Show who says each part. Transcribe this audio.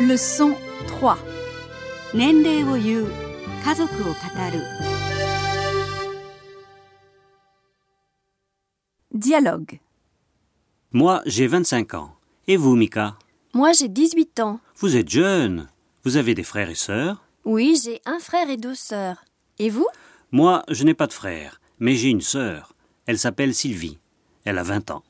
Speaker 1: Leçon 3.
Speaker 2: 年齢を言う家族を語る
Speaker 1: Dialogue.
Speaker 3: Moi, j'ai 25 ans. Et vous, Mika
Speaker 4: Moi, j'ai 18 ans.
Speaker 3: Vous êtes jeune. Vous avez des frères et sœurs
Speaker 4: Oui, j'ai un frère et deux sœurs. Et vous
Speaker 3: Moi, je n'ai pas de frères, mais j'ai une sœur. Elle s'appelle Sylvie. Elle a 20 ans.